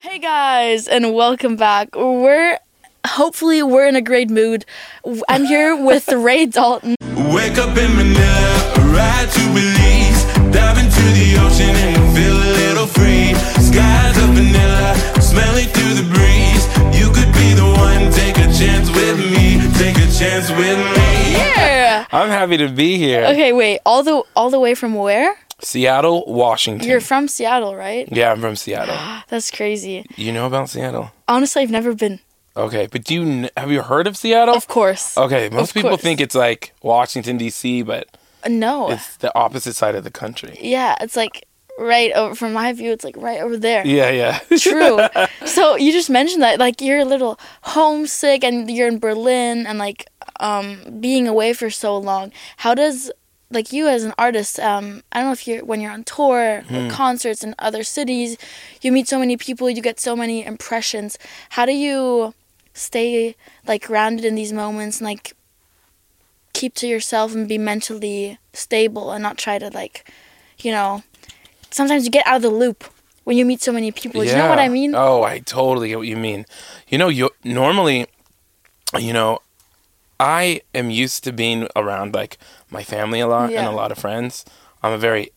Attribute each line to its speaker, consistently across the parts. Speaker 1: Hey guys, and welcome back. We're hopefully we're in a great mood. I'm here with Ray Dalton.
Speaker 2: Wake up in Manila, a ride to Belize. Dive into the ocean and feel a little free. Skies of vanilla, smell it through the breeze. You could be the one, take a chance with me. Take a chance with me.
Speaker 1: Here.
Speaker 3: I'm happy to be here.
Speaker 1: Okay, wait. All the all the way from where?
Speaker 3: Seattle, Washington.
Speaker 1: You're from Seattle, right?
Speaker 3: yeah, I'm from Seattle.
Speaker 1: That's crazy.
Speaker 3: You know about Seattle?
Speaker 1: Honestly, I've never been.
Speaker 3: Okay, but do you kn- have you heard of Seattle?
Speaker 1: Of course.
Speaker 3: okay, most people
Speaker 1: course.
Speaker 3: think it's like Washington D.C., but
Speaker 1: No.
Speaker 3: it's the opposite side of the country.
Speaker 1: yeah, it's like right over from my view, it's like right over there.
Speaker 3: Yeah, yeah.
Speaker 1: True. so you just mentioned that like you're a little homesick and you're in Berlin and like um being away for so long. How does like you as an artist, um, I don't know if you're when you're on tour or concerts in other cities, you meet so many people, you get so many impressions. How do you stay like grounded in these moments and like keep to yourself and be mentally stable and not try to like, you know, sometimes you get out of the loop when you meet so many people. Do you know what I
Speaker 3: Yeah.
Speaker 1: mean?
Speaker 3: Oh, I totally get what you mean. You know, you normally, you know, I am used to being around like my family a lot
Speaker 1: Yeah.
Speaker 3: and a lot of friends. I'm a very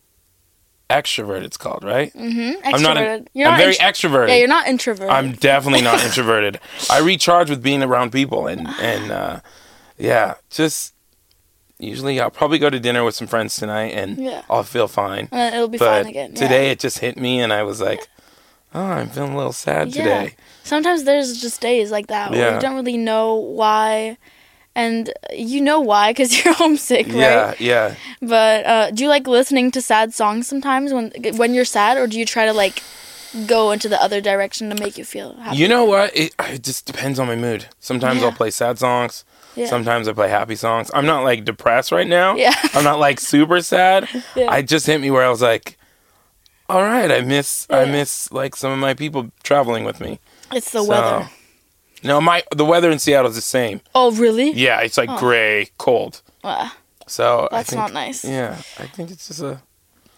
Speaker 3: extrovert. It's called right.
Speaker 1: Mm-hmm. Extroverted.
Speaker 3: I'm not. An,
Speaker 1: you're
Speaker 3: I'm
Speaker 1: not
Speaker 3: very
Speaker 1: intro-
Speaker 3: extroverted.
Speaker 1: Yeah, you're not introverted.
Speaker 3: I'm definitely not introverted. I recharge with being around people and and uh, yeah, just usually I'll probably go to dinner with some friends tonight and
Speaker 1: Yeah.
Speaker 3: I'll feel fine.
Speaker 1: Uh, it'll be
Speaker 3: but
Speaker 1: fine again. yeah.
Speaker 3: today it just hit me and I was like, oh, I'm feeling a little sad today.
Speaker 1: Sometimes there's just days like that where you
Speaker 3: Yeah.
Speaker 1: don't really know why, and you know why because you're homesick,
Speaker 3: Yeah,
Speaker 1: right?
Speaker 3: yeah.
Speaker 1: But uh, do you like listening to sad songs sometimes when when you're sad, or do you try to like go into the other direction to make you feel happy?
Speaker 3: You know what? It, it just depends on my mood. Sometimes
Speaker 1: Yeah.
Speaker 3: I'll play sad songs.
Speaker 1: Yeah.
Speaker 3: Sometimes I play happy songs. I'm not like depressed right now.
Speaker 1: Yeah.
Speaker 3: I'm not like super sad.
Speaker 1: Yeah.
Speaker 3: I just hit me where I was like, all right, I miss I
Speaker 1: Yeah.
Speaker 3: miss like some of my people traveling with me.
Speaker 1: it's the weather.
Speaker 3: No, my the weather in Seattle is the same.
Speaker 1: Oh really?
Speaker 3: Yeah, it's like gray, cold.
Speaker 1: Wow.
Speaker 3: So I
Speaker 1: That's
Speaker 3: think-
Speaker 1: not nice.
Speaker 3: Yeah, I think it's just a.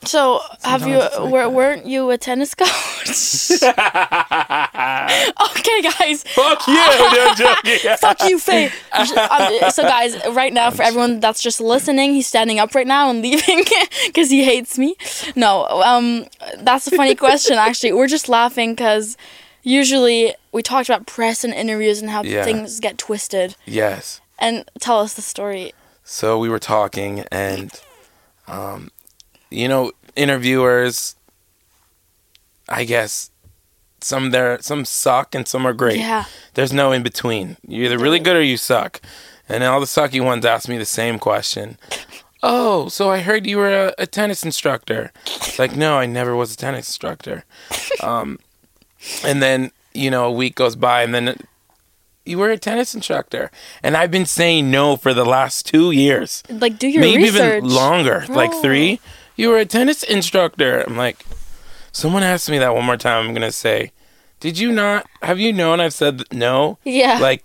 Speaker 1: So have you?
Speaker 3: Sometimes it's like
Speaker 1: were,
Speaker 3: that.
Speaker 1: weren't you a tennis coach? okay, guys.
Speaker 3: Fuck you! No I'm joking.
Speaker 1: Fuck you, Faye. Um, so, guys, right now, for everyone that's just listening, he's standing up right now and leaving because he hates me. No, um, that's a funny question, actually. We're just laughing because usually we talked about press and interviews and how
Speaker 3: Yeah.
Speaker 1: things get twisted.
Speaker 3: yes.
Speaker 1: And tell us the story.
Speaker 3: So we were talking, and um, you know, interviewers. I guess some there some suck and some are great.
Speaker 1: Yeah.
Speaker 3: There's no in between. You're either really good or you suck. And all the sucky ones asked me the same question. Oh, so I heard you were a, a tennis instructor. It's like, no, I never was a tennis instructor. Um, and then you know a week goes by, and then you were a tennis instructor, and I've been saying no for the last two years
Speaker 1: Like, do your
Speaker 3: maybe
Speaker 1: research. Oh.
Speaker 3: even longer, like
Speaker 1: Bro.
Speaker 3: three. You were a tennis instructor. I'm like, someone asked me that one more time. I'm gonna say, did you not? Have you known I've said th- no
Speaker 1: Yeah.
Speaker 3: like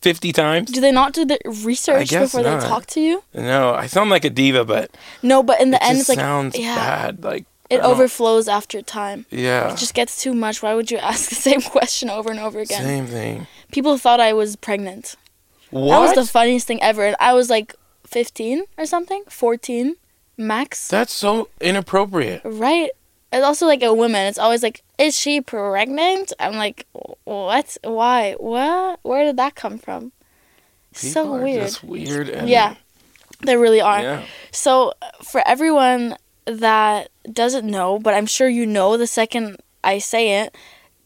Speaker 3: fifty times?
Speaker 1: do they not do the research
Speaker 3: guess
Speaker 1: before
Speaker 3: not.
Speaker 1: they talk to you?
Speaker 3: No, I sound like a diva, but
Speaker 1: No, but in the
Speaker 3: it
Speaker 1: end,
Speaker 3: just
Speaker 1: it's like
Speaker 3: sounds
Speaker 1: yeah,
Speaker 3: bad. Like I
Speaker 1: it
Speaker 3: don't-
Speaker 1: overflows after time.
Speaker 3: Yeah,
Speaker 1: It just gets too much. Why would you ask the same question over and over again?
Speaker 3: same thing.
Speaker 1: People thought I was pregnant.
Speaker 3: What?
Speaker 1: That was the funniest thing ever. And I was like 15 or something, 14 max.
Speaker 3: That's so inappropriate.
Speaker 1: right? It's also like a woman. It's always like, is she pregnant? I'm like, what? Why? What? Where did that come from? so
Speaker 3: People are
Speaker 1: weird.
Speaker 3: Just weird. And,
Speaker 1: Yeah, they really are.
Speaker 3: Yeah.
Speaker 1: So, for everyone that doesn't know, but I'm sure you know the second I say it,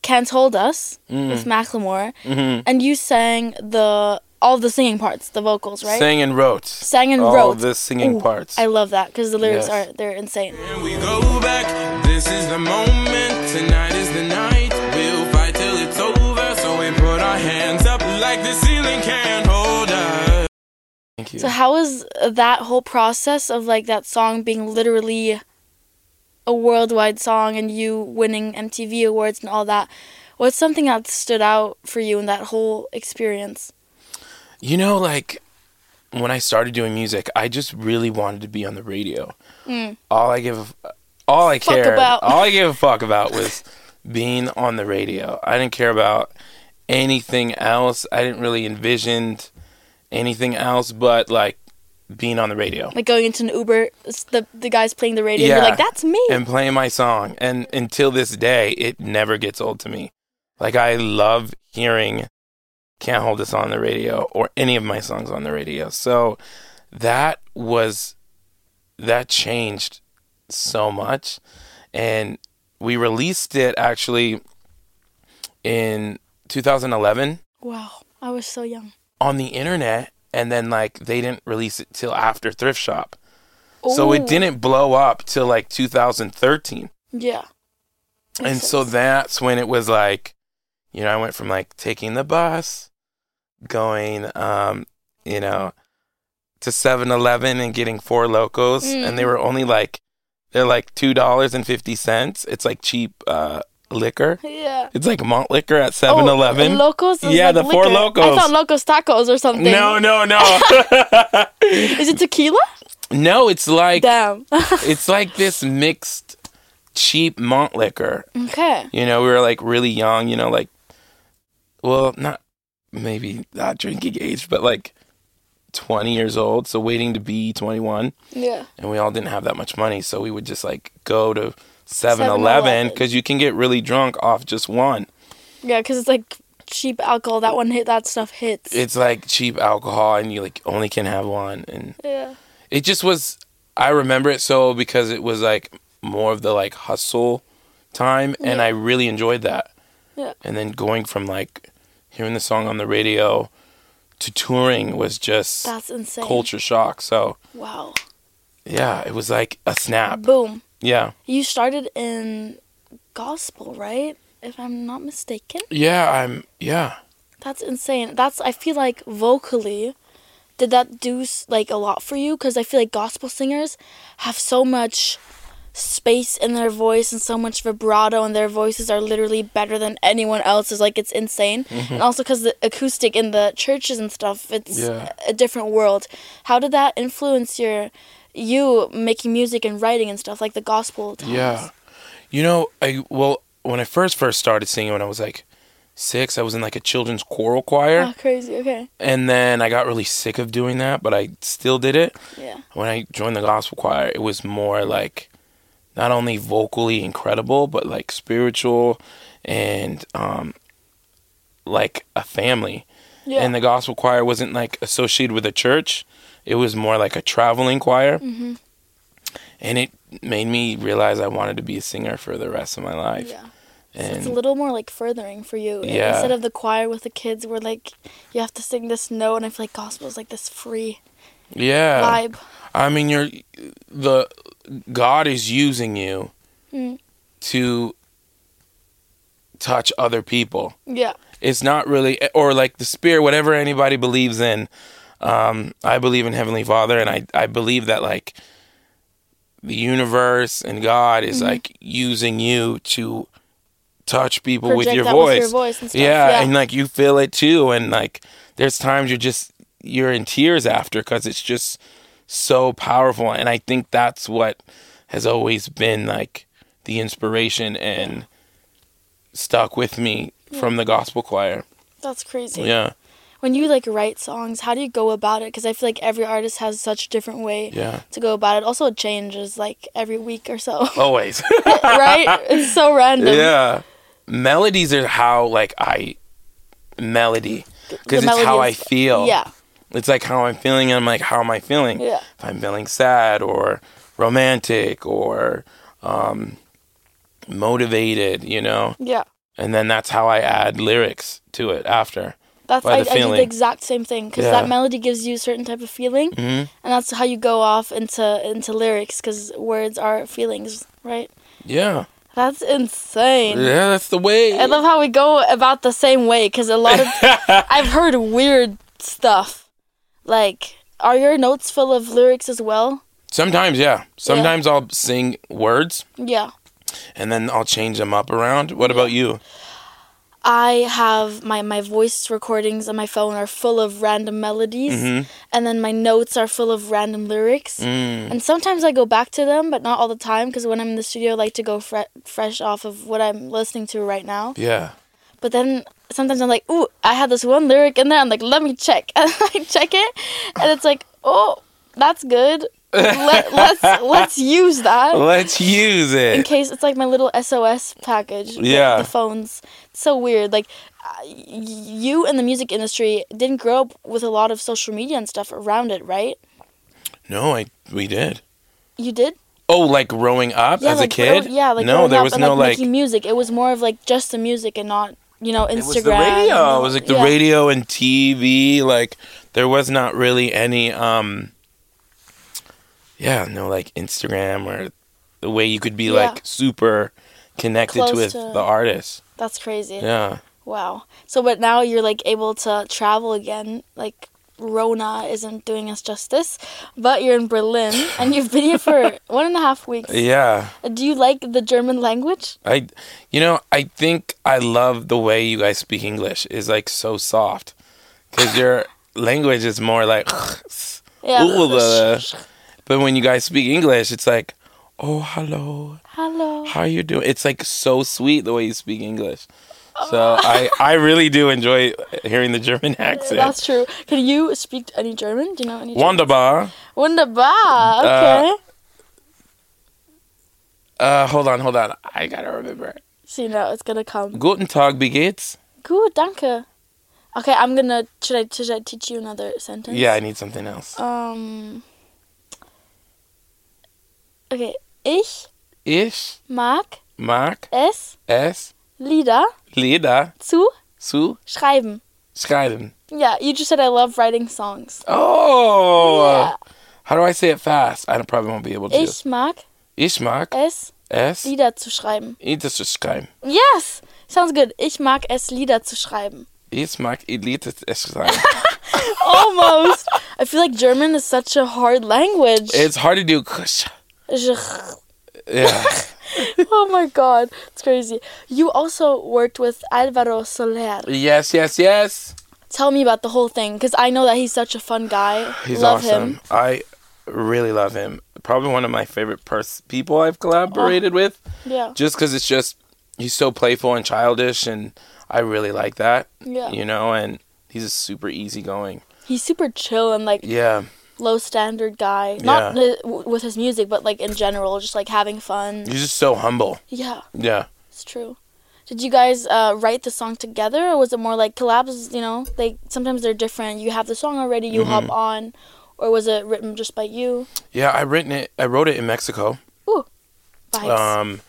Speaker 1: Can't Hold Us
Speaker 3: Mm-hmm.
Speaker 1: with Macklemore.
Speaker 3: Mhm.
Speaker 1: And you sang the all the singing parts, the vocals, right?
Speaker 3: Sang and wrote.
Speaker 1: sang and
Speaker 3: all
Speaker 1: wrote.
Speaker 3: the singing
Speaker 1: Ooh,
Speaker 3: parts.
Speaker 1: I love that because the lyrics
Speaker 3: Yes.
Speaker 1: are they're insane.
Speaker 2: And we go back. This is the moment. Tonight is the night. We'll fight till it's over. So we put our hands up like the ceiling can't hold us.
Speaker 3: Thank you.
Speaker 1: So how was that whole process of like that song being literally a worldwide song and you winning MTV awards and all that? What's something that stood out for you in that whole experience?
Speaker 3: You know, like when I started doing music, I just really wanted to be on the radio. All I give, a f all I
Speaker 1: Mm. Fuck
Speaker 3: cared,
Speaker 1: about.
Speaker 3: all I gave a fuck about was being on the radio. I didn't care about anything else. I didn't really envision anything else but like being on the radio
Speaker 1: Like going into an Uber, it's the the guy's playing the radio. You're
Speaker 3: Yeah.
Speaker 1: like, that's me.
Speaker 3: and playing my song. And until this day, it never gets old to me. Like I love hearing Can't Hold This on the radio or any of my songs on the radio. So that was that changed so much. And we released it actually in 2011
Speaker 1: wow, I was so young.
Speaker 3: on the internet and then like they didn't release it till after thrift shop. So it
Speaker 1: Ooh.
Speaker 3: didn't blow up till like 2013
Speaker 1: Yeah. Makes
Speaker 3: and so
Speaker 1: sense.
Speaker 3: that's when it was like you know i went from like taking the bus going um you know to 7-eleven and getting four locos and they
Speaker 1: Mm.
Speaker 3: were only like they're like two dollars and fifty cents it's like cheap uh liquor
Speaker 1: Yeah.
Speaker 3: it's like malt liquor at
Speaker 1: Oh,
Speaker 3: 7-eleven
Speaker 1: Locos. is
Speaker 3: Yeah,
Speaker 1: like
Speaker 3: the Four
Speaker 1: liquor. I
Speaker 3: Locos.
Speaker 1: thought Locos Tacos or something.
Speaker 3: no no no
Speaker 1: Is it tequila?
Speaker 3: no it's like
Speaker 1: Damn.
Speaker 3: it's like this mixed cheap malt liquor
Speaker 1: okay.
Speaker 3: You know, we were like really young, you know, like, well, not maybe not drinking age, but like 20 years old. So waiting to be 21.
Speaker 1: Yeah.
Speaker 3: And we all didn't have that much money. So we would just like go to 7 Eleven because you can get really drunk off just one.
Speaker 1: Yeah, because it's like cheap alcohol. That one hit. That stuff hits.
Speaker 3: It's like cheap alcohol and you like only can have one. And
Speaker 1: yeah.
Speaker 3: it just was, I remember it so because it was like more of the like hustle time. And I really enjoyed that.
Speaker 1: Yeah.
Speaker 3: and then going from like hearing the song on the radio to touring was just
Speaker 1: That's insane.
Speaker 3: culture shock. So
Speaker 1: Wow.
Speaker 3: yeah, it was like a snap.
Speaker 1: Boom.
Speaker 3: Yeah,
Speaker 1: You started in gospel, right? If I'm not mistaken.
Speaker 3: yeah, I'm yeah.
Speaker 1: That's insane. That's I feel like vocally, did that do s- like a lot for you? Because I feel like gospel singers have so much space in their voice and so much vibrato, and their voices are literally better than anyone else's. Like it's insane.
Speaker 3: Mm-hmm.
Speaker 1: And also because the acoustic in the churches and stuff, it's
Speaker 3: Yeah.
Speaker 1: a different world. How did that influence your you making music and writing and stuff like the gospel? times?
Speaker 3: Yeah. You know, I well, when I first first started singing when I was like 6, I was in like a children's choral choir
Speaker 1: Ah, crazy. Okay.
Speaker 3: and then I got really sick of doing that, but I still did it.
Speaker 1: Yeah.
Speaker 3: When I joined the gospel choir, it was more like not only vocally incredible, but like spiritual and um like a family.
Speaker 1: Yeah.
Speaker 3: And the gospel choir wasn't like associated with a church. It was more like a traveling choir.
Speaker 1: Mm-hmm.
Speaker 3: And it made me realize I wanted to be a singer for the rest of my life.
Speaker 1: yeah. So
Speaker 3: And
Speaker 1: it's a little more like furthering for you
Speaker 3: Yeah.
Speaker 1: instead of the choir with the kids where like you have to sing this note and i feel like gospel is like this free
Speaker 3: yeah.
Speaker 1: vibe
Speaker 3: I mean, you're the God is using you
Speaker 1: Mm.
Speaker 3: to touch other people.
Speaker 1: yeah
Speaker 3: It's not really, or like the spirit, whatever anybody believes in. Um, I believe in Heavenly Father, and I I believe that like the universe and God is
Speaker 1: Mm-hmm.
Speaker 3: like using you to touch people with
Speaker 1: Project
Speaker 3: your
Speaker 1: that
Speaker 3: voice.
Speaker 1: with your voice and stuff
Speaker 3: Yeah,
Speaker 1: yeah
Speaker 3: and like you feel it too, and like there's times you're just you're in tears after because it's just so powerful, and I think that's what has always been like the inspiration and stuck with me from the gospel choir.
Speaker 1: that's crazy
Speaker 3: Yeah,
Speaker 1: when you like write songs how do you go about it because i feel like every artist has such a different way
Speaker 3: yeah,
Speaker 1: to go about it also it changes like every week or so
Speaker 3: always.
Speaker 1: right it's so random
Speaker 3: yeah, melodies are how like I melody
Speaker 1: The
Speaker 3: because it's
Speaker 1: melody
Speaker 3: how I
Speaker 1: is-
Speaker 3: feel.
Speaker 1: yeah
Speaker 3: it's like how I'm feeling. And I'm like, how am I feeling?
Speaker 1: yeah
Speaker 3: if I'm feeling sad or romantic or um, motivated, you know.
Speaker 1: yeah
Speaker 3: And then that's how I add lyrics to it after.
Speaker 1: That's
Speaker 3: By
Speaker 1: I, I
Speaker 3: the
Speaker 1: do
Speaker 3: feeling.
Speaker 1: the exact same thing because
Speaker 3: Yeah. Mm-hmm.
Speaker 1: that melody gives you a certain type of feeling, and that's how you go off into into lyrics because words are feelings, right?
Speaker 3: Yeah,
Speaker 1: That's insane.
Speaker 3: yeah, that's the way.
Speaker 1: I love how we go about the same way because a lot of I've heard weird stuff. Like, are your notes full of lyrics as well?
Speaker 3: Sometimes, yeah. Sometimes I'll sing words
Speaker 1: Yeah.
Speaker 3: and then I'll change them up around. What about you?
Speaker 1: I have my my voice recordings on my phone are full of random melodies,
Speaker 3: Mm-hmm.
Speaker 1: and then my notes are full of random lyrics.
Speaker 3: Mm.
Speaker 1: And sometimes I go back to them, but not all the time, because when I'm in the studio, I like to go fre- fresh off of what I'm listening to right now.
Speaker 3: Yeah.
Speaker 1: But then sometimes I'm like, ooh, I had this one lyric in there. I'm like, let me check. And I check it, and it's like, oh, that's good. Let, let's let's use that
Speaker 3: Let's use
Speaker 1: in
Speaker 3: it.
Speaker 1: case it's like my little SOS package. with
Speaker 3: Eh. Yeah.
Speaker 1: the phones. It's so weird. Like, uh, y- you in the music industry didn't grow up with a lot of social media and stuff around it, right?
Speaker 3: No, I we did.
Speaker 1: You did.
Speaker 3: Oh, like growing up as
Speaker 1: like,
Speaker 3: a kid?
Speaker 1: grow- yeah, like
Speaker 3: no,
Speaker 1: growing
Speaker 3: there
Speaker 1: up
Speaker 3: was
Speaker 1: and,
Speaker 3: no
Speaker 1: like,
Speaker 3: like.
Speaker 1: making music. It was more of like just the music and not you know Instagram.
Speaker 3: it was the radio. It
Speaker 1: and-
Speaker 3: was like the
Speaker 1: yeah.
Speaker 3: radio and TV. Like there was not really any. um Yeah, no, like Instagram or the way you could be
Speaker 1: Yeah.
Speaker 3: like super connected
Speaker 1: Close
Speaker 3: with
Speaker 1: to-
Speaker 3: the artist.
Speaker 1: That's crazy.
Speaker 3: Yeah.
Speaker 1: Wow. So, but now you're like able to travel again. Like Rona isn't doing us justice, but you're in Berlin and you've been here for one and a half weeks.
Speaker 3: Yeah.
Speaker 1: Do you like the German language?
Speaker 3: I, you know, I think I love the way you guys speak English. Is like so soft, because your language is more like, ooh, uh, blah, blah. but when you guys speak English, it's like, oh hello,
Speaker 1: Hello.
Speaker 3: how you doing? It's like so sweet the way you speak English. So I, I really do enjoy hearing the German accent.
Speaker 1: That's true. Can you speak any German? Do you know any? German?
Speaker 3: Wunderbar.
Speaker 1: Wunderbar. Okay.
Speaker 3: Uh, hold on, hold on. I gotta remember.
Speaker 1: so you know it's gonna come.
Speaker 3: Guten Tag, wie geht's?
Speaker 1: Good. Danke. Okay, I'm gonna. Should I? Should I teach you another sentence?
Speaker 3: Yeah, I need something else.
Speaker 1: Um. Okay. Ich
Speaker 3: Ich
Speaker 1: mag
Speaker 3: mag
Speaker 1: es,
Speaker 3: es
Speaker 1: Lieder
Speaker 3: Lieder
Speaker 1: zu
Speaker 3: zu
Speaker 1: schreiben.
Speaker 3: schreiben.
Speaker 1: Yeah, you just said I love writing songs.
Speaker 3: Oh,
Speaker 1: Yeah.
Speaker 3: how do I say it fast? I probably won't be able to.
Speaker 1: Ich mag
Speaker 3: Ich mag
Speaker 1: es,
Speaker 3: es
Speaker 1: Lieder zu schreiben.
Speaker 3: Lieder zu schreiben.
Speaker 1: Yes! Sounds good. Ich mag es, Lieder zu schreiben.
Speaker 3: Ich mag Lieder zu schreiben.
Speaker 1: Almost! I feel like German is such a hard language.
Speaker 3: It's hard to do. Yeah.
Speaker 1: oh my god, it's crazy. You also worked with Alvaro Soler.
Speaker 3: Yes, yes, yes.
Speaker 1: Tell me about the whole thing, because I know that he's such a fun guy.
Speaker 3: He's
Speaker 1: love
Speaker 3: awesome.
Speaker 1: him.
Speaker 3: I really love him. Probably one of my favorite pers- people I've
Speaker 1: Oh.
Speaker 3: collaborated with.
Speaker 1: Yeah.
Speaker 3: Just because it's just, he's so playful and childish, and I really like that.
Speaker 1: Yeah.
Speaker 3: You know, and he's a super easygoing.
Speaker 1: He's super chill and like
Speaker 3: Yeah.
Speaker 1: low standard guy. Not li- w- with his music, but like in general, just like having fun.
Speaker 3: He's just so humble.
Speaker 1: Yeah,
Speaker 3: Yeah.
Speaker 1: it's true. Did you guys uh, write the song together, or was it more like collabs? You know, they sometimes they're different. You have the song already, you hop
Speaker 3: Mm-hmm.
Speaker 1: on, or was it written just by you?
Speaker 3: Yeah, I written it. I wrote it in Mexico.
Speaker 1: Nice.
Speaker 3: Um,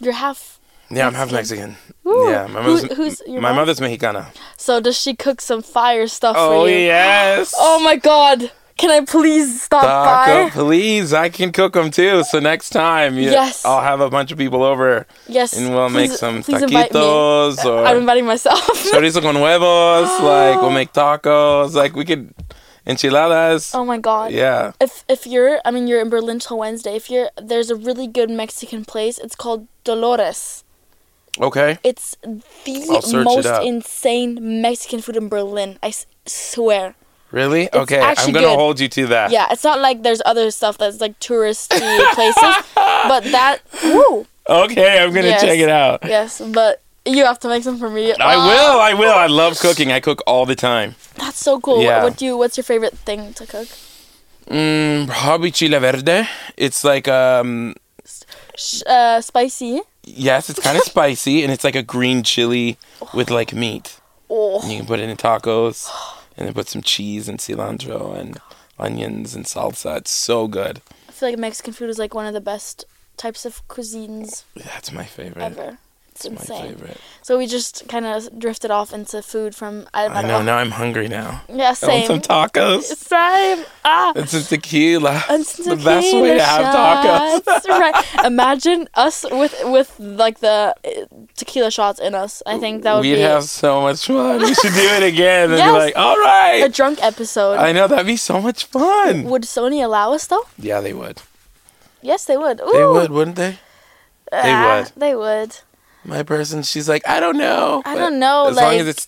Speaker 1: You're half.
Speaker 3: yeah, I'm half
Speaker 1: Mexican.
Speaker 3: Mexican.
Speaker 1: Woo.
Speaker 3: Yeah, my
Speaker 1: Who-
Speaker 3: mother's,
Speaker 1: who's your
Speaker 3: my
Speaker 1: mom?
Speaker 3: mother's Mexicana.
Speaker 1: So does she cook some fire stuff
Speaker 3: Oh
Speaker 1: for you?
Speaker 3: yes.
Speaker 1: Oh my God! Can I please stop
Speaker 3: Taco,
Speaker 1: by?
Speaker 3: please. I can cook them too. So next time, you,
Speaker 1: Yes.
Speaker 3: I'll have a bunch of people over
Speaker 1: Yes.
Speaker 3: and we'll
Speaker 1: please-
Speaker 3: make some
Speaker 1: please invite me.
Speaker 3: taquitos or
Speaker 1: I'm inviting myself.
Speaker 3: chorizo con huevos. Like we'll make tacos. Like we could enchiladas.
Speaker 1: oh my God.
Speaker 3: Yeah.
Speaker 1: if if you're I mean you're in Berlin till Wednesday, if you're there's a really good Mexican place. It's called Dolores.
Speaker 3: Okay.
Speaker 1: It's
Speaker 3: I'll
Speaker 1: the
Speaker 3: search it
Speaker 1: most
Speaker 3: up.
Speaker 1: insane Mexican food in Berlin. I s- swear.
Speaker 3: Really? okay.
Speaker 1: actually
Speaker 3: I'm gonna
Speaker 1: good.
Speaker 3: hold you to that.
Speaker 1: Yeah, it's not like there's other stuff that's like touristy places, but that woo.
Speaker 3: Okay. I'm gonna
Speaker 1: Yes. Uh,
Speaker 3: check it out.
Speaker 1: Yes, but you have to make some for me.
Speaker 3: I
Speaker 1: Ah,
Speaker 3: will. I will. I love cooking. I cook all the time.
Speaker 1: That's so cool.
Speaker 3: Yeah.
Speaker 1: What do you what's your favorite thing to cook?
Speaker 3: Mm, probably chile verde. It's like um
Speaker 1: Sh- Uh, spicy.
Speaker 3: yes, it's kind of spicy and it's like a green chili with like meat.
Speaker 1: Oh.
Speaker 3: You can put it in tacos and then put some cheese and cilantro and onions and salsa. It's so good.
Speaker 1: I feel like Mexican food is like one of the best types of cuisines
Speaker 3: That's my favorite.
Speaker 1: ever. It's
Speaker 3: Mm. My
Speaker 1: insane.
Speaker 3: favorite.
Speaker 1: So we just kind of drifted off into food from
Speaker 3: I
Speaker 1: Alvaro.
Speaker 3: know. Now I'm hungry now.
Speaker 1: Yeah,
Speaker 3: I want
Speaker 1: same.
Speaker 3: some tacos.
Speaker 1: Same. Ah.
Speaker 3: And some tequila.
Speaker 1: and
Speaker 3: It's the best
Speaker 1: tequila
Speaker 3: way to have tacos.
Speaker 1: shots. right. Imagine us with with like the uh, tequila shots in us. I think that would
Speaker 3: We'd
Speaker 1: be
Speaker 3: have so much fun. We should do it again and
Speaker 1: Yes.
Speaker 3: be like, all
Speaker 1: a
Speaker 3: right.
Speaker 1: drunk episode.
Speaker 3: I know that'd be so much fun.
Speaker 1: would Sony allow us though?
Speaker 3: Yeah, they would.
Speaker 1: Yes, they would. Ooh.
Speaker 3: They would, wouldn't they?
Speaker 1: Ah,
Speaker 3: would.
Speaker 1: They would.
Speaker 3: my person. She's like, I don't know.
Speaker 1: I
Speaker 3: But
Speaker 1: don't know,
Speaker 3: As long as
Speaker 1: like-
Speaker 3: it's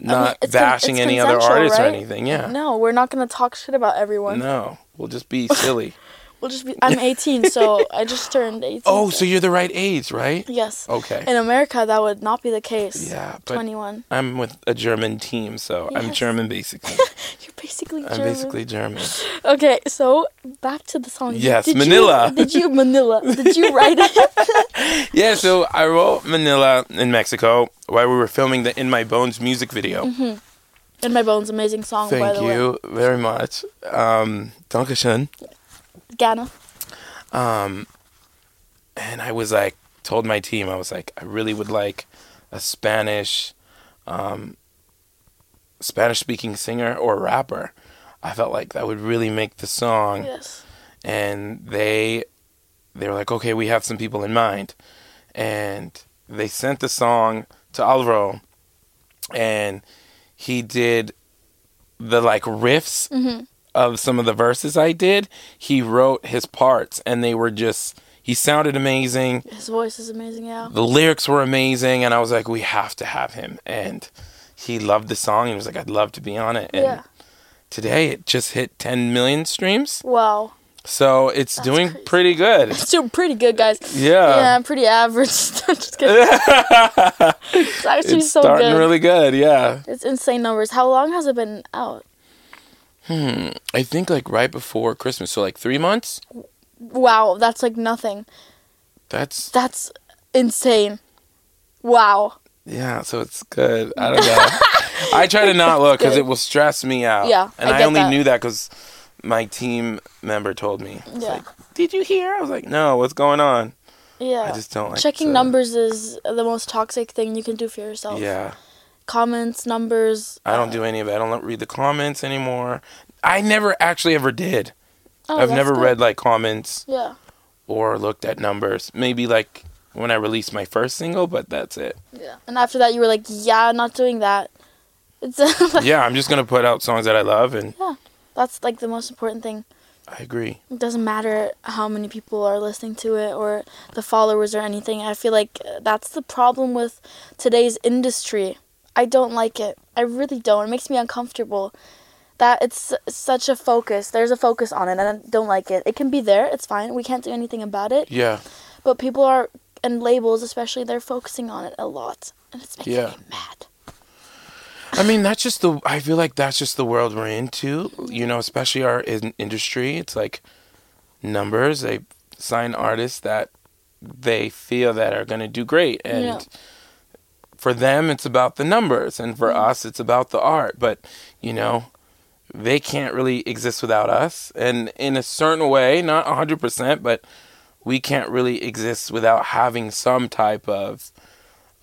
Speaker 3: not
Speaker 1: it's con-
Speaker 3: bashing
Speaker 1: it's
Speaker 3: any other
Speaker 1: consensual,
Speaker 3: artist or
Speaker 1: right?
Speaker 3: anything. Yeah.
Speaker 1: No, we're not gonna talk shit about everyone.
Speaker 3: No, we'll just be silly.
Speaker 1: We'll just be. I'm 18, so I just turned 18.
Speaker 3: oh, so you're the right age, right?
Speaker 1: yes.
Speaker 3: Okay.
Speaker 1: In America, that would not be the case.
Speaker 3: Yeah, but
Speaker 1: 21.
Speaker 3: I'm with a German team, so I'm
Speaker 1: Yes.
Speaker 3: German basically.
Speaker 1: You're basically
Speaker 3: I'm
Speaker 1: German.
Speaker 3: basically German.
Speaker 1: Okay, so back to the song.
Speaker 3: Yes,
Speaker 1: Did you-
Speaker 3: Manila.
Speaker 1: did you Manila? Did you write it?
Speaker 3: Yeah, so I wrote Manila in Mexico while we were filming the In My Bones music video.
Speaker 1: In my bones, amazing song by
Speaker 3: Thank
Speaker 1: the way.
Speaker 3: you very much. Um, Dankeschön.
Speaker 1: Ghana.
Speaker 3: and I was like, told my team, I was like, I really would like a Spanish, um, Spanish speaking singer or rapper. I felt like that would really make the song.
Speaker 1: Yes.
Speaker 3: And they, they were like, okay, we have some people in mind, and they sent the song to Alvaro, and he did the like riffs of some of the verses I did. He wrote his parts, and they were just. He sounded amazing
Speaker 1: His voice is amazing. Yeah.
Speaker 3: the lyrics were amazing and i was like we have to have him and he loved the song and was like i'd love to be on it and
Speaker 1: Yeah.
Speaker 3: today it just hit 10 million streams
Speaker 1: Wow.
Speaker 3: so it's doing
Speaker 1: crazy.
Speaker 3: pretty good
Speaker 1: It's doing pretty good, guys.
Speaker 3: Yeah.
Speaker 1: Yeah, I'm pretty average. I'm just kidding. it's actually
Speaker 3: it's
Speaker 1: so
Speaker 3: starting
Speaker 1: good.
Speaker 3: really good yeah
Speaker 1: it's insane numbers. How long has it been out?
Speaker 3: i think like right before christmas so like three months
Speaker 1: Wow, that's like nothing.
Speaker 3: that's
Speaker 1: That's insane. Wow.
Speaker 3: yeah so it's good i don't know i try to not look because
Speaker 1: good.
Speaker 3: it will stress me out
Speaker 1: Yeah,
Speaker 3: and
Speaker 1: I
Speaker 3: i,
Speaker 1: get
Speaker 3: only
Speaker 1: that.
Speaker 3: knew that because my team member told me It's
Speaker 1: Yeah.
Speaker 3: like, did you hear i was like no what's going on
Speaker 1: Yeah.
Speaker 3: i just don't like
Speaker 1: Checking
Speaker 3: to-
Speaker 1: numbers is the most toxic thing you can do for yourself.
Speaker 3: yeah
Speaker 1: Comments, numbers.
Speaker 3: I don't do any of it. I don't read the comments anymore. I never actually ever did.
Speaker 1: Oh,
Speaker 3: I've
Speaker 1: that's
Speaker 3: never
Speaker 1: good.
Speaker 3: read like comments
Speaker 1: Yeah.
Speaker 3: or looked at numbers. Maybe like when I released my first single, but that's it.
Speaker 1: Yeah. And after that, you were like, "Yeah, not doing that." It's like,
Speaker 3: yeah, I'm just gonna put out songs that I love, and
Speaker 1: that's like the most important thing.
Speaker 3: I agree.
Speaker 1: It doesn't matter how many people are listening to it or the followers or anything. I feel like uh, that's the problem with today's industry. I don't like it. I really don't. It makes me uncomfortable that it's s- such a focus. There's a focus on it, and I don't like it. It can be there. It's fine. We can't do anything about it.
Speaker 3: Yeah,
Speaker 1: But people are and labels especially they're focusing on it a lot, and it's making
Speaker 3: Yeah.
Speaker 1: me mad.
Speaker 3: I mean that's just the. I feel like that's just the world we're into. You know, especially our in- industry. It's like numbers. They sign artists that they feel that are gonna do great, and.
Speaker 1: Yeah.
Speaker 3: for them it's about the numbers and for
Speaker 1: Mm-hmm.
Speaker 3: us it's about the art but you know they can't really exist without us and in a certain way not 100% but we can't really exist without having some type of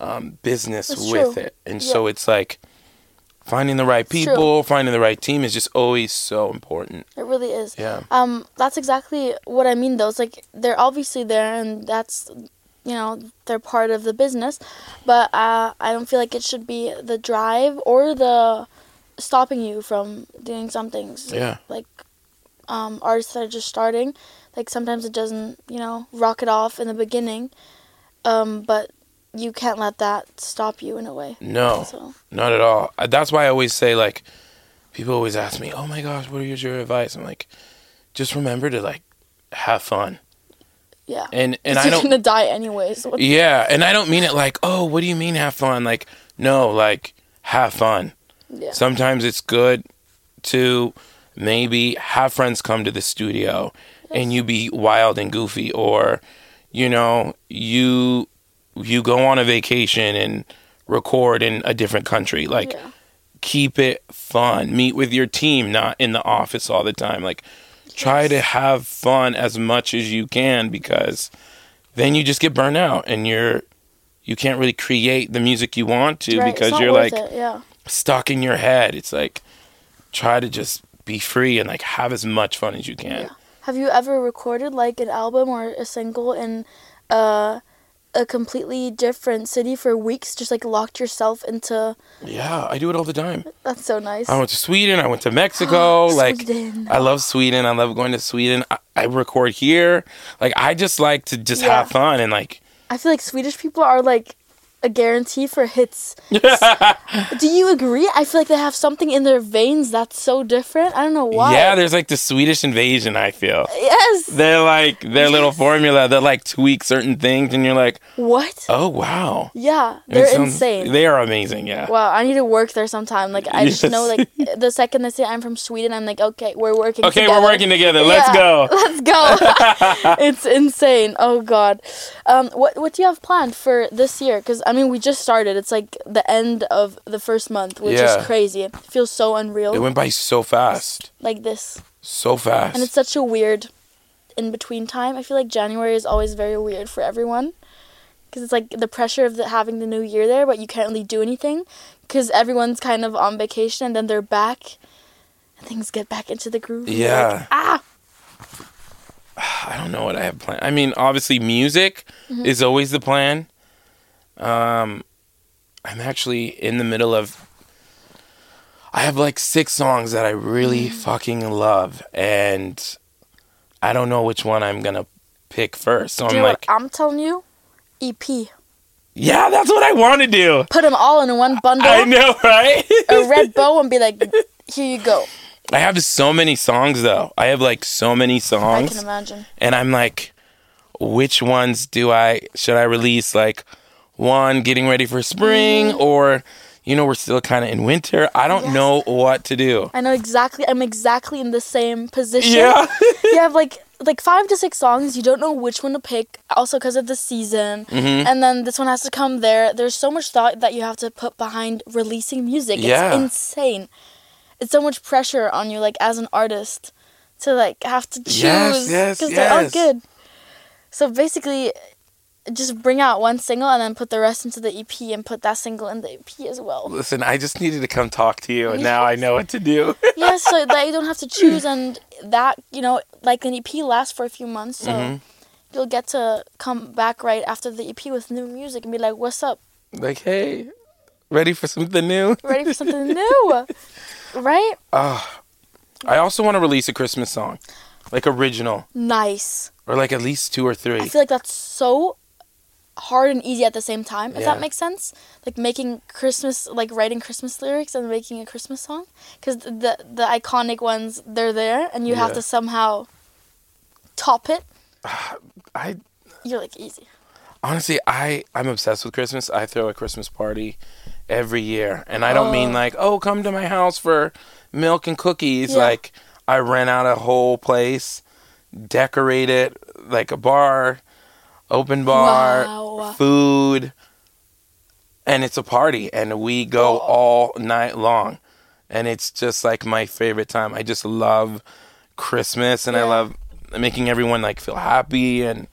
Speaker 3: um, business
Speaker 1: That's
Speaker 3: with
Speaker 1: true.
Speaker 3: it and
Speaker 1: Yeah.
Speaker 3: so it's like finding the right
Speaker 1: It's true.
Speaker 3: people finding the right team is just always so important
Speaker 1: It really is.
Speaker 3: yeah
Speaker 1: Um, that's exactly what I mean though. It's like they're obviously there and that's you know, they're part of the business. But uh, I don't feel like it should be the drive or the stopping you from doing some things.
Speaker 3: yeah
Speaker 1: Like um, artists that are just starting, like sometimes it doesn't, you know, rocket off in the beginning. Um, but you can't let that stop you in a way.
Speaker 3: no
Speaker 1: So
Speaker 3: Not at all. Uh, That's why I always say like, people always ask me, "Oh my gosh, what is your advice?" I'm like, just remember to like have fun,
Speaker 1: yeah.
Speaker 3: and and
Speaker 1: 'Cause
Speaker 3: I
Speaker 1: you're
Speaker 3: don't,
Speaker 1: gonna die anyways. What-
Speaker 3: yeah, and I don't mean it like, oh, what do you mean have fun? Like, no, like have fun.
Speaker 1: yeah.
Speaker 3: Sometimes it's good to maybe have friends come to the studio and you be wild and goofy or you know, you you go on a vacation and record in a different country. Like
Speaker 1: Yeah.
Speaker 3: keep it fun. Meet with your team, not in the office all the time. Like try to have fun as much as you can because then you just get burnt out and you're you can't really create the music you want to
Speaker 1: Right, it's
Speaker 3: because
Speaker 1: not
Speaker 3: you're
Speaker 1: worth
Speaker 3: like
Speaker 1: it, yeah.
Speaker 3: stuck in your head. It's like try to just be free and like have as much fun as you can.
Speaker 1: Have you ever recorded like an album or a single in uh, a completely different city for weeks? Just like locked yourself into.
Speaker 3: Yeah, I do it all the time.
Speaker 1: That's so nice.
Speaker 3: I went to Sweden, I went to Mexico, like
Speaker 1: Sweden.
Speaker 3: I love Sweden. I love going to Sweden. I, I record here. Like I just like to just
Speaker 1: Yeah.
Speaker 3: have fun and like
Speaker 1: I feel like Swedish people are like a guarantee for hits. Do you agree? I feel like they have something in their veins that's so different. I don't know why.
Speaker 3: Yeah, there's like the Swedish invasion, I feel.
Speaker 1: yes.
Speaker 3: They're like their little formula that like tweak certain things and you're like,
Speaker 1: What?
Speaker 3: "Oh, wow."
Speaker 1: Yeah,
Speaker 3: And
Speaker 1: they're
Speaker 3: some-
Speaker 1: insane.
Speaker 3: They are amazing, yeah.
Speaker 1: wow, I need to work there sometime. Like I just
Speaker 3: Yes.
Speaker 1: know, like the second they say I'm from Sweden, I'm like, okay, we're working.
Speaker 3: okay,
Speaker 1: together.
Speaker 3: we're working together. Let's
Speaker 1: Yeah.
Speaker 3: go.
Speaker 1: Let's go. it's insane. Oh God. Um, what what do you have planned for this year? Because I mean, we just started. It's like the end of the first month, which
Speaker 3: Yeah.
Speaker 1: is crazy. It feels so
Speaker 3: It
Speaker 1: unreal.
Speaker 3: went by so fast.
Speaker 1: like this,
Speaker 3: So fast.
Speaker 1: and it's such a weird in between time. I feel like January is always very weird for everyone. Because it's like the pressure of the, having the new year there, but you can't really do anything. Because everyone's kind of on vacation, and then they're back, and things get back into the groove. and you're like,
Speaker 3: Yeah.
Speaker 1: ah.
Speaker 3: I don't know what I have planned. I mean, obviously, music
Speaker 1: Mm-hmm.
Speaker 3: is always the plan. Um, I'm actually in the middle of. I have like six songs that I
Speaker 1: Mm.
Speaker 3: really fucking love, and I don't know which one I'm gonna pick first. So
Speaker 1: Do
Speaker 3: I'm
Speaker 1: you know
Speaker 3: like,
Speaker 1: what I'm telling you? E EP.
Speaker 3: yeah, that's what I want to do.
Speaker 1: put them all in one bundle,
Speaker 3: I know, right?
Speaker 1: a red bow, and be like, "Here you go."
Speaker 3: I have so many songs though. I have like so many
Speaker 1: I
Speaker 3: songs.
Speaker 1: can imagine.
Speaker 3: and I'm like, which ones do I should I release? Like one getting ready for spring, or you know we're still kind of in winter. I don't
Speaker 1: Mm-hmm. Yes.
Speaker 3: know what to do.
Speaker 1: I know exactly. I'm exactly in the same position.
Speaker 3: Yeah,
Speaker 1: you have like like five to six songs. You don't know which one to pick, also because of the season.
Speaker 3: Mm-hmm.
Speaker 1: And then this one has to come there. There's so much thought that you have to put behind releasing music.
Speaker 3: Yeah.
Speaker 1: It's insane. It's so much pressure on you, like as an artist, to like have to choose
Speaker 3: Yes, yes,
Speaker 1: they're all
Speaker 3: yes.
Speaker 1: good. So basically, just bring out one single and then put the rest into the EP and put that single in the EP as well.
Speaker 3: listen, I just needed to come talk to you, and now I know what to do.
Speaker 1: yeah, so that you don't have to choose, and that you know, like an EP lasts for a few months, so
Speaker 3: Mm-hmm.
Speaker 1: you'll get to come back right after the EP with new music and be like, "What's up?
Speaker 3: like, hey, ready for something new?
Speaker 1: Ready for something new?" Right?
Speaker 3: I also want to release a Christmas song, like original,
Speaker 1: Nice.
Speaker 3: or like at least two or three.
Speaker 1: I feel like that's so hard and easy at the same time. If
Speaker 3: Yeah.
Speaker 1: that makes sense, like making Christmas, like writing Christmas lyrics and making a Christmas song, because the the iconic ones they're there, and you have
Speaker 3: Yeah.
Speaker 1: to somehow top it.
Speaker 3: I
Speaker 1: You're like easy.
Speaker 3: honestly i i'm obsessed with christmas i throw a christmas party every year and i don't mean like oh come to my house for milk and cookies
Speaker 1: Yeah.
Speaker 3: like i rent out a whole place decorate it like a bar open bar
Speaker 1: Wow.
Speaker 3: food and it's a party and we go all night long and it's just like my favorite time i just love christmas and i
Speaker 1: Yeah.
Speaker 3: love making everyone like feel happy and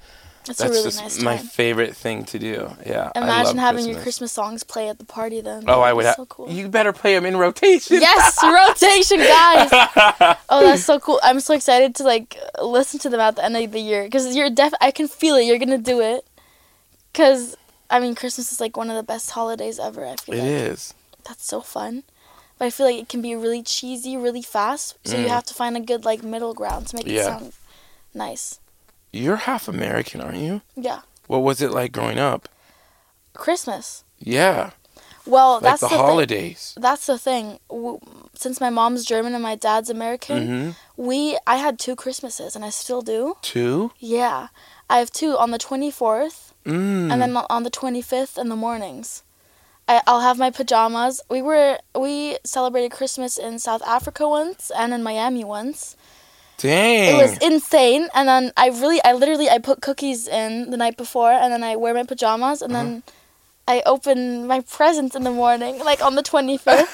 Speaker 1: That's, a
Speaker 3: that's
Speaker 1: really
Speaker 3: just
Speaker 1: nice time.
Speaker 3: my favorite thing to do. Yeah. I love
Speaker 1: Imagine having your Christmas songs play at the party then.
Speaker 3: Oh, I would.
Speaker 1: That's
Speaker 3: have.
Speaker 1: so cool.
Speaker 3: You better play them in rotation.
Speaker 1: yes, rotation, guys. Oh, that's so cool. I'm so excited to like listen to them at the end of the year because you're def. I can feel it. You're gonna do it. Cause I mean, Christmas is like one of the best holidays ever. I feel
Speaker 3: It
Speaker 1: like
Speaker 3: is.
Speaker 1: that's so fun. But I feel like it can be really cheesy, really fast. So you have to find a good like middle ground to make it
Speaker 3: Mm. Yeah.
Speaker 1: sound nice.
Speaker 3: You're half American, aren't you?
Speaker 1: Yeah,
Speaker 3: What was it like growing up?
Speaker 1: Christmas.
Speaker 3: Yeah,
Speaker 1: Well,
Speaker 3: like
Speaker 1: that's
Speaker 3: the,
Speaker 1: the, thing.
Speaker 3: holidays.
Speaker 1: that's the thing. W- since my mom's German and my dad's American,
Speaker 3: Mm-hmm.
Speaker 1: we I had two Christmases and I still do.
Speaker 3: Two.
Speaker 1: Yeah, I have two on the twenty fourth
Speaker 3: Mm.
Speaker 1: and then on the twenty fifth in the mornings. I, I'll have my pajamas. We were we celebrated Christmas in South Africa once and in Miami once. It
Speaker 3: Dang.
Speaker 1: was insane. And then I really, I literally, I put cookies in the night before, and then I wear my pajamas, and then I open my presents in the morning, like on the 25th.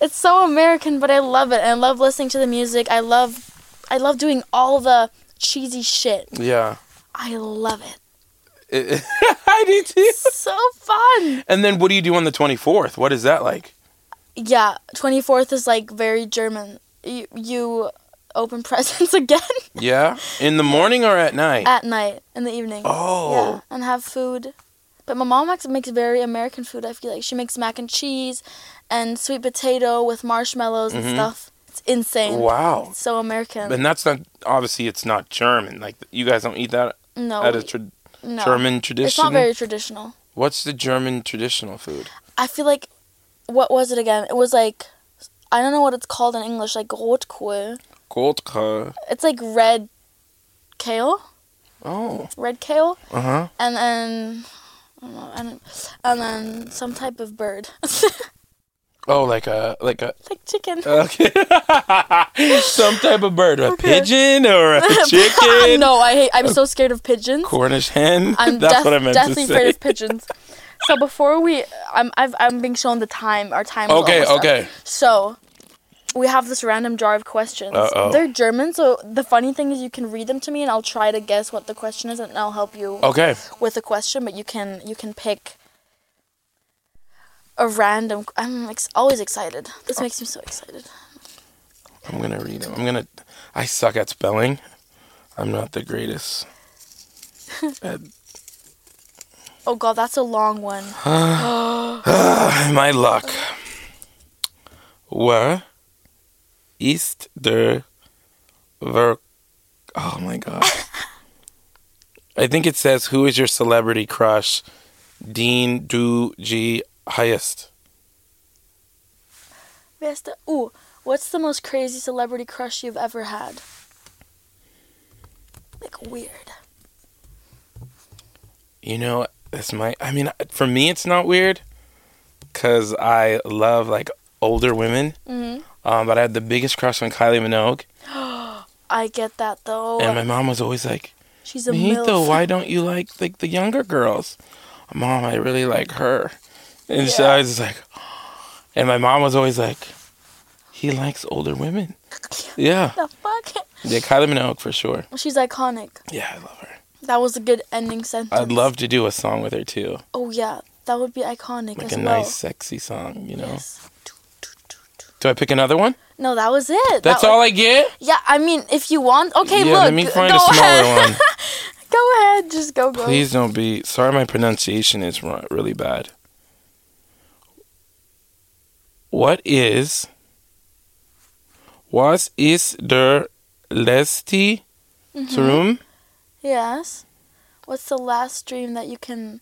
Speaker 1: it's so American, but I love it. And I love listening to the music. I love, I love doing all the cheesy shit.
Speaker 3: yeah.
Speaker 1: I love it.
Speaker 3: It- I do too.
Speaker 1: so fun.
Speaker 3: And then what do you do on the 24th? What is that like?
Speaker 1: Yeah, 24th is like very German. You, you open presents again
Speaker 3: Yeah, in the morning or at night?
Speaker 1: at night in the evening. Yeah,
Speaker 3: oh,
Speaker 1: and have food. But my mom makes, makes very American food, I feel like. She makes mac and cheese and sweet potato with marshmallows and stuff. It's insane.
Speaker 3: Mm-hmm. wow.
Speaker 1: So American.
Speaker 3: And that's not obviously it's not German. Like you guys don't eat that
Speaker 1: no.
Speaker 3: at a
Speaker 1: we-
Speaker 3: tra-
Speaker 1: No.
Speaker 3: German
Speaker 1: It's
Speaker 3: tradition.
Speaker 1: not very traditional.
Speaker 3: What's the German traditional food?
Speaker 1: I feel like, what was it again? It was like, I don't know what it's called in English, like rotkohl.
Speaker 3: Goldkraut.
Speaker 1: It's like red kale,
Speaker 3: Oh.
Speaker 1: red kale,
Speaker 3: Uh huh.
Speaker 1: and then, I don't know, I don't, and then some type of bird,
Speaker 3: Oh, like a like a
Speaker 1: like chicken.
Speaker 3: okay. Some type of bird, a
Speaker 1: Okay.
Speaker 3: pigeon or a chicken.
Speaker 1: no, I hate. I'm so scared of pigeons.
Speaker 3: Cornish hen.
Speaker 1: I'm
Speaker 3: That's
Speaker 1: def-
Speaker 3: what I meant to
Speaker 1: definitely
Speaker 3: say.
Speaker 1: afraid of pigeons. So before we, I'm I've, I'm being shown the time. Our time. is
Speaker 3: Okay,
Speaker 1: almost up.
Speaker 3: okay.
Speaker 1: So we have this random jar of questions.
Speaker 3: Uh-oh.
Speaker 1: They're German, so the funny thing is you can read them to me, and I'll try to guess what the question is, and I'll help you
Speaker 3: Okay.
Speaker 1: with a question. But you can you can pick a random. I'm ex- always excited. This makes me so excited.
Speaker 3: I'm gonna read them. I'm gonna. I suck at spelling. I'm not the greatest. at-
Speaker 1: Oh god, that's a long one.
Speaker 3: my luck. Where ist der Ver? Oh my god. I think it says who is your celebrity crush? Dean Du G highest.
Speaker 1: Vesta. Ooh, what's the most crazy celebrity crush you've ever had? Like weird.
Speaker 3: You know, that's my. I mean, for me, it's not weird, cause I love like older women.
Speaker 1: Mhm.
Speaker 3: Um, but I had the biggest crush on Kylie Minogue,
Speaker 1: I get that though.
Speaker 3: and my mom was always like,
Speaker 1: She's a milf.
Speaker 3: Nito, why don't you like like the younger girls? Mom, I really like her. And so I was just like, and my mom was always like, he likes older women. Yeah,
Speaker 1: the fuck?
Speaker 3: yeah, Kylie Minogue for sure.
Speaker 1: She's iconic.
Speaker 3: Yeah, I love her.
Speaker 1: That was a good ending sentence.
Speaker 3: I'd love to do a song with her too,
Speaker 1: Oh yeah, that would be iconic
Speaker 3: like
Speaker 1: as
Speaker 3: a
Speaker 1: well.
Speaker 3: nice, sexy song. You know?
Speaker 1: Yes.
Speaker 3: Do I pick another one?
Speaker 1: No, that was it.
Speaker 3: That's
Speaker 1: That
Speaker 3: all
Speaker 1: was-
Speaker 3: I get.
Speaker 1: yeah, I mean, if you want, okay,
Speaker 3: yeah,
Speaker 1: look.
Speaker 3: let me find
Speaker 1: go
Speaker 3: a smaller
Speaker 1: ahead.
Speaker 3: one.
Speaker 1: Go ahead, just go go.
Speaker 3: Please don't be. Sorry, my pronunciation is wrong, really bad. What is. Was ist der letzte Traum
Speaker 1: Yes. What's the last dream that you can?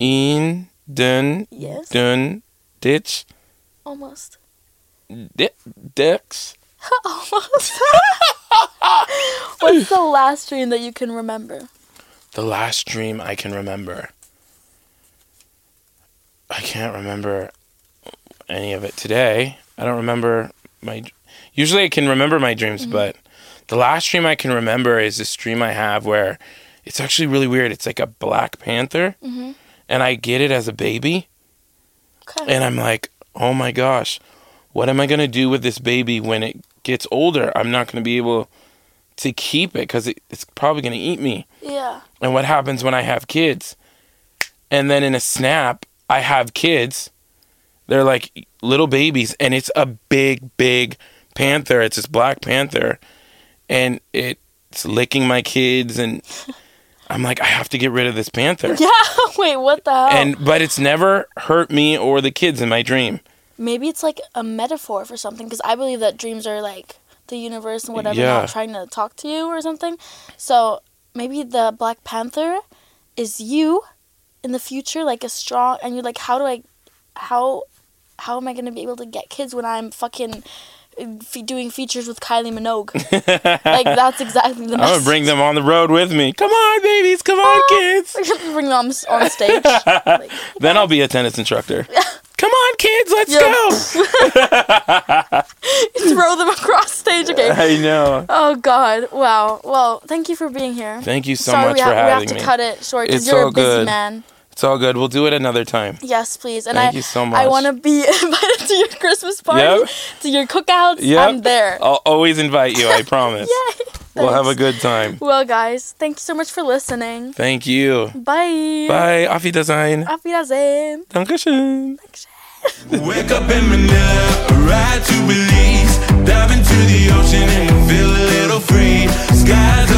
Speaker 3: in den.
Speaker 1: Yes.
Speaker 3: Den. Ditch.
Speaker 1: Almost.
Speaker 3: Di- Dix.
Speaker 1: Almost. What's the last dream that you can remember?
Speaker 3: The last dream I can remember. I can't remember any of it today. I don't remember my. Usually I can remember my dreams, but the last dream I can remember is this dream I have where it's actually really weird. It's like a Black Panther,
Speaker 1: Mhm.
Speaker 3: and I get it as a baby,
Speaker 1: Okay.
Speaker 3: and I'm like, oh my gosh, what am I going to do with this baby when it gets older? I'm not going to be able to keep it because it, it's probably going to eat me
Speaker 1: yeah.
Speaker 3: and what happens when I have kids. And then in a snap, I have kids. They're like little babies, and it's a big, big panther. It's this black panther, and it's licking my kids, and I'm like, I have to get rid of this panther.
Speaker 1: Yeah. Wait, what the hell?
Speaker 3: And but it's never hurt me or the kids in my dream.
Speaker 1: Maybe it's like a metaphor for something because I believe that dreams are like the universe and whatever
Speaker 3: Yeah.
Speaker 1: not trying to talk to you or something. So maybe the Black Panther is you in the future, like a strong, and you're like, how do I, how, how am I gonna be able to get kids when I'm fucking f- doing features with Kylie Minogue? like that's exactly the.
Speaker 3: I'm gonna bring them on the road with me. Come on, babies. Come on, kids.
Speaker 1: bring them on, s- on stage. Like,
Speaker 3: Then I'll be a tennis instructor. Come on, kids. Let's
Speaker 1: Yeah.
Speaker 3: go.
Speaker 1: throw them across stage. Okay.
Speaker 3: I know.
Speaker 1: Oh God! Wow. Well, thank you for being here.
Speaker 3: Thank you so
Speaker 1: Sorry,
Speaker 3: much
Speaker 1: we,
Speaker 3: for
Speaker 1: ha- we have
Speaker 3: having
Speaker 1: to
Speaker 3: me.
Speaker 1: cut it short because
Speaker 3: It's
Speaker 1: you're
Speaker 3: all
Speaker 1: a busy
Speaker 3: good.
Speaker 1: man.
Speaker 3: It's all good. We'll do it another time.
Speaker 1: Yes, please. And
Speaker 3: Thank
Speaker 1: I,
Speaker 3: you so
Speaker 1: I
Speaker 3: much.
Speaker 1: want to be invited to your Christmas party,
Speaker 3: Yep.
Speaker 1: to your cookouts.
Speaker 3: Yep.
Speaker 1: I'm there.
Speaker 3: I'll always invite you, I promise.
Speaker 1: Yay!
Speaker 3: We'll have a
Speaker 1: Thanks.
Speaker 3: good time.
Speaker 1: Well, guys, thank you so much for listening.
Speaker 3: Thank you.
Speaker 1: Bye.
Speaker 3: Bye. Auf Wiedersehen.
Speaker 1: Auf Wiedersehen.
Speaker 3: Dankeschön.
Speaker 2: Wake up in Manila, ride to Belize, dive into the ocean and feel a little free. Skies up.